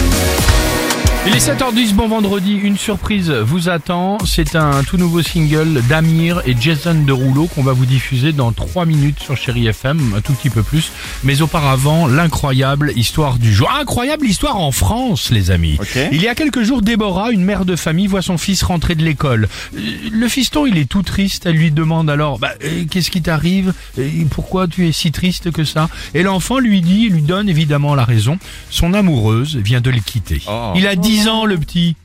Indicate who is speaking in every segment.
Speaker 1: Il est 7h10, bon vendredi, une surprise vous attend. C'est un tout nouveau single d'Amir et Jason Derulo qu'on va vous diffuser dans 3 minutes sur Chéri FM, un tout petit peu plus. Mais auparavant, l'incroyable histoire du jour. Incroyable histoire en France, les amis. Il y a quelques jours, Déborah, une mère de famille, voit son fils rentrer de l'école. Euh, Le fiston, il est tout triste. Elle lui demande alors, bah, euh, qu'est-ce qui t'arrive Euh, Pourquoi tu es si triste que ça Et l'enfant lui dit, lui donne évidemment la raison. Son amoureuse vient de le quitter.
Speaker 2: Oh.
Speaker 1: Il a 10 ans, le petit.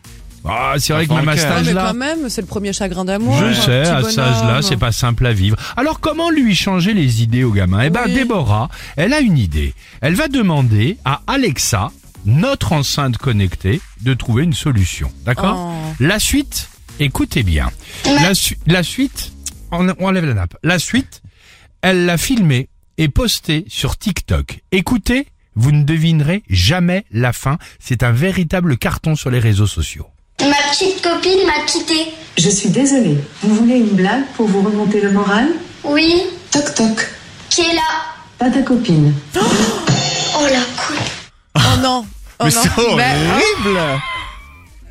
Speaker 1: Ah, c'est vrai que
Speaker 2: fend
Speaker 1: même
Speaker 2: le
Speaker 1: à cet
Speaker 2: cœur.
Speaker 3: Ouais, mais
Speaker 1: âge-là.
Speaker 3: quand même, c'est le premier chagrin d'amour.
Speaker 1: Je
Speaker 3: un
Speaker 1: sais,
Speaker 3: petit
Speaker 1: à cet âge-là,
Speaker 3: bonhomme.
Speaker 1: c'est pas simple à vivre. Alors comment lui changer les idées au gamin Eh ben,
Speaker 3: Oui.
Speaker 1: Déborah, elle a une idée. Elle va demander à Alexa, notre enceinte connectée, de trouver une solution. D'accord
Speaker 3: Oh.
Speaker 1: La suite, écoutez bien. La, su- la suite, on, on enlève la nappe. La suite, elle l'a filmée et postée sur TikTok. Écoutez, vous ne devinerez jamais la fin. C'est un véritable carton sur les réseaux sociaux.
Speaker 4: Ma petite copine m'a quitté.
Speaker 5: Je suis désolée. Vous voulez une blague pour vous remonter le moral
Speaker 4: Oui,
Speaker 5: Toc toc.
Speaker 4: qui est là
Speaker 5: Pas ta copine.
Speaker 4: Oh la cool.
Speaker 3: Oh non. Oh non. Mais,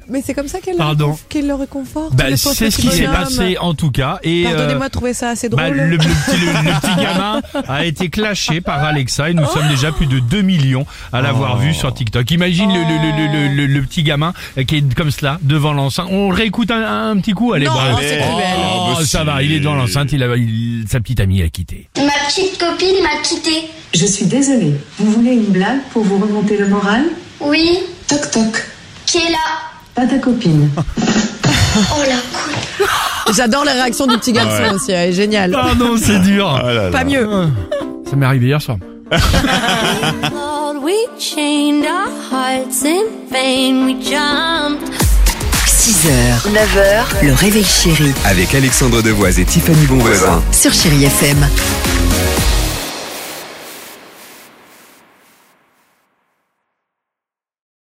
Speaker 3: mais c'est comme ça qu'elle
Speaker 1: Pardon.
Speaker 3: le, qu'elle le réconforte.
Speaker 1: Bah,
Speaker 3: le pauvre
Speaker 1: c'est ce
Speaker 3: petit
Speaker 1: qui s'est
Speaker 3: bonhomme.
Speaker 1: passé en tout cas. Et euh,
Speaker 3: Pardonnez-moi de trouver ça assez drôle.
Speaker 1: bah, le, le petit, le- le petit gamin a été clashé par Alexa et
Speaker 3: Oh.
Speaker 1: nous sommes déjà plus de 2 millions à l'avoir vu sur TikTok. Imagine le, le, le, le, le- le petit gamin qui est comme cela devant l'enceinte. On réécoute un, un petit coup. Allez,
Speaker 3: Non,
Speaker 1: bravo.
Speaker 3: c'est cruel. bah,
Speaker 1: Oh, ça va, il est dans l'enceinte, il a, il- sa petite amie a quitté.
Speaker 4: Ma petite copine m'a quitté.
Speaker 5: Je suis désolée. Vous voulez une blague pour vous remonter le moral
Speaker 4: Oui,
Speaker 5: Toc toc.
Speaker 4: qui est là
Speaker 5: Pas ta copine.
Speaker 4: Oh la cool.
Speaker 3: J'adore la réaction du petit garçon aussi, elle est géniale.
Speaker 1: Ah non, c'est dur.
Speaker 3: Pas mieux.
Speaker 1: Ça m'est arrivé hier soir.
Speaker 6: Lord, we chained our hearts in vain. We jumped
Speaker 7: 6h, 9h, le réveil chéri
Speaker 2: Avec Alexandre Devoise et Tiffany Bonvoisin.
Speaker 7: sur Chéri FM.